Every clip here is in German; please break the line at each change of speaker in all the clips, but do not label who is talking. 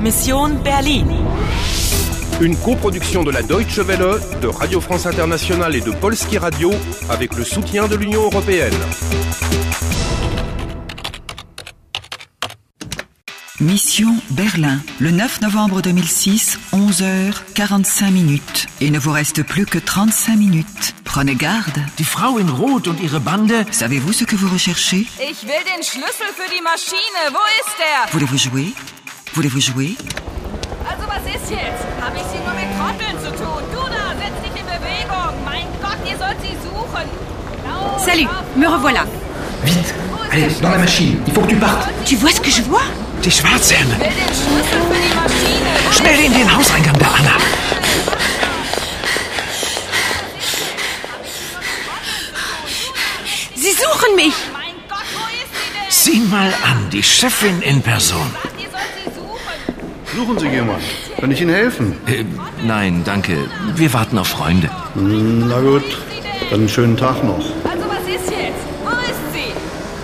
Mission Berlin.
Une coproduction de la Deutsche Welle, de Radio France Internationale et de Polski Radio avec le soutien de l'Union européenne.
Mission Berlin, le 9 novembre 2006, 11h45 minutes. Il ne vous reste plus que 35 minutes. Prenez garde.
Die Frau in Rot und ihre Bande.
Savez-vous ce que vous recherchez
Ich will den Schlüssel für die Maschine. Wo ist der?
Voulez-vous jouer Voulez-vous jouer
Also was ist jetzt? Hab ich sie nur mit Trotteln zu tun? Duna, setz dich in Bewegung. Mein Gott, ihr sollt sie suchen. Lauf,
Salut,
lauf,
me revoilà.
Vite Allez, dans la machine. Il faut que tu partes.
Tu vois ce que je vois
Die Schwarzhelme.
will den Schlüssel für die Maschine. Wo ist
Schnell in den Hauseingang der Anna.
Sie suchen mich.
Mein Gott, wo ist sie
Sieh
denn?
mal an, die Chefin in Person.
Sagt, ihr sollt sie suchen.
Suchen Sie jemanden. Kann ich Ihnen helfen?
Äh, nein, danke. Wir warten auf Freunde.
Na gut, dann einen schönen Tag noch.
Also was ist jetzt? Wo ist sie?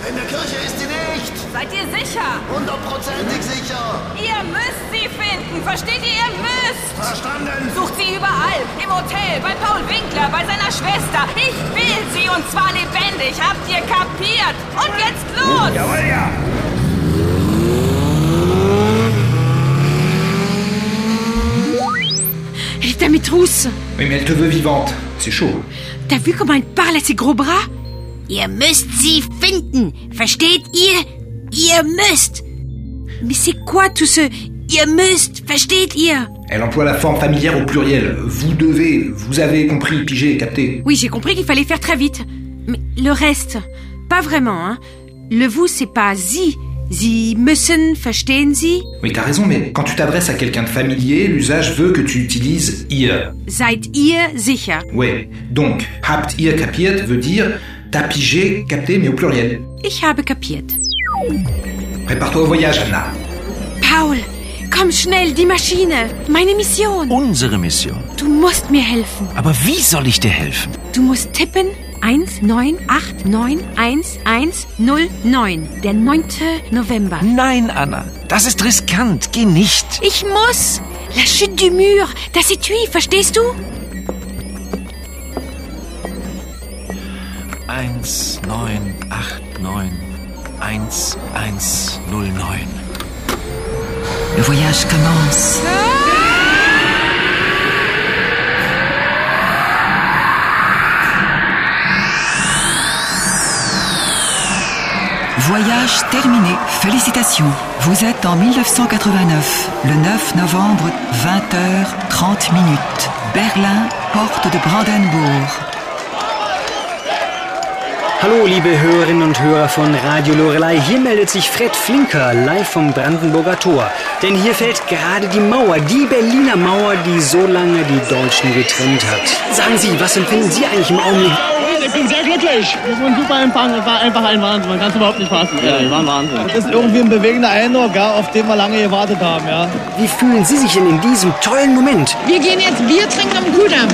In der Kirche ist sie nicht!
Seid ihr sicher?
Hundertprozentig sicher!
Ihr müsst sie finden. Versteht ihr? Ihr müsst.
Verstanden!
Sucht sie überall. Im Hotel, bei Paul Winkler, bei seiner Schwester. Ich will sie und zwar lebendig. Habt ihr kapiert? Und jetzt los!
Jawohl, ja!
Elle est à mes trousses.
Oui, mais elle te veut vivante. C'est chaud.
T'as vu comment elle parle à ses gros bras
Ihr müsst sie finden. Versteht ihr? Ihr müsst.
Mais c'est quoi tout ce...
Ihr müsst. Versteht ihr?
Elle emploie la forme familière au pluriel. Vous devez, vous avez compris, pigé, capté.
Oui, j'ai compris qu'il fallait faire très vite. Mais le reste, pas vraiment, hein. Le vous, c'est pas Sie. Sie müssen verstehen Sie.
Oui, t'as raison, mais quand tu t'adresses à quelqu'un de familier, l'usage veut que tu utilises ihr.
Seid ihr sicher?
Ouais. Donc, habt ihr kapiert veut dire t'as pigé, capté, mais au pluriel.
Ich habe kapiert.
Prépare-toi au voyage, Anna.
Paul, komm schnell, die Maschine. Meine Mission.
Unsere Mission.
Du musst mir helfen.
Aber wie soll ich dir helfen?
Du musst tippen 1989911109. Der 9. November.
Nein, Anna. Das ist riskant. Geh nicht.
Ich muss! La chute du mur, das Etui, verstehst du?
Eins neun acht neun eins eins null neun.
Le voyage commence. Voyage terminé. Félicitations. Vous êtes en 1989, le 9 novembre, 20h30 minutes. Berlin, porte de Brandenburg.
Hallo, liebe Hörerinnen und Hörer von Radio Lorelei. Hier meldet sich Fred Flinker live vom Brandenburger Tor. Denn hier fällt gerade die Mauer, die Berliner Mauer, die so lange die Deutschen getrennt hat. Sagen Sie, was empfinden Sie eigentlich im Augenblick?
Ich bin sehr glücklich!
Wir wurden super empfangen, es war einfach ein Wahnsinn, man kann es überhaupt nicht fassen. Ja, wir waren Wahnsinn. Das ist irgendwie ein bewegender Eindruck, ja, auf den wir lange gewartet haben, ja.
Wie fühlen Sie sich denn in diesem tollen Moment?
Wir gehen jetzt Bier trinken am Kudamm.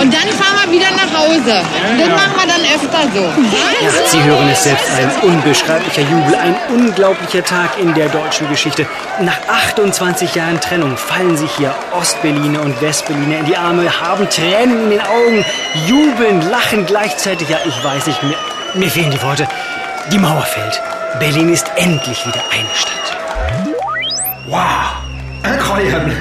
Und dann fahren wir wieder nach Hause. das machen wir dann öfter so.
Ja, Sie hören es selbst, ein unbeschreiblicher Jubel, ein unglaublicher Tag in der deutschen Geschichte. Nach 28 Jahren Trennung fallen sich hier Ostberliner und Westberliner in die Arme, haben Tränen in den Augen, jubeln, lachen gleichzeitig. Ja, ich weiß nicht, mir, mir fehlen die Worte. Die Mauer fällt. Berlin ist endlich wieder eine Stadt.
Waouh Incroyable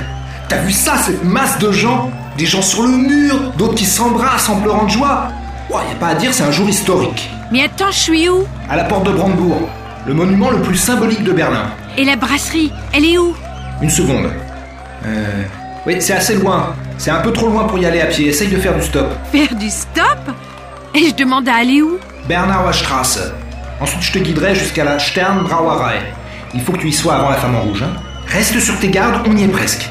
T'as vu ça, cette masse de gens Des gens sur le mur, d'autres qui s'embrassent en pleurant de joie. Waouh, y a pas à dire, c'est un jour historique.
Mais attends, je suis où?
À la porte de Brandebourg, le monument le plus symbolique de Berlin.
Et la brasserie, elle est où?
Une seconde. Euh... Oui, c'est assez loin. C'est un peu trop loin pour y aller à pied. Essaye de faire du stop.
Faire du stop? Et je demande à aller où?
Bernauer Straße. Ensuite, je te guiderai jusqu'à la Sternbrauerei. Il faut que tu y sois avant la femme en rouge. hein. Reste sur tes gardes, on y est presque.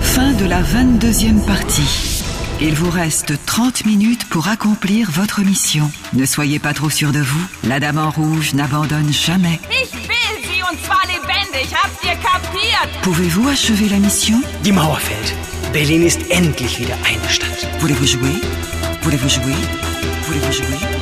Fin de la 22e partie. Il vous reste 30 minutes pour accomplir votre mission. Ne soyez pas trop sûr de vous. La dame en rouge n'abandonne jamais.
Ich will sie und zwar lebendig. Habt ihr kapiert?
Pouvez-vous achever la mission
Die Mauer fällt. Berlin ist endlich wieder eine Stadt.
Voulez-vous jouer Voulez-vous jouer Voulez-vous jouer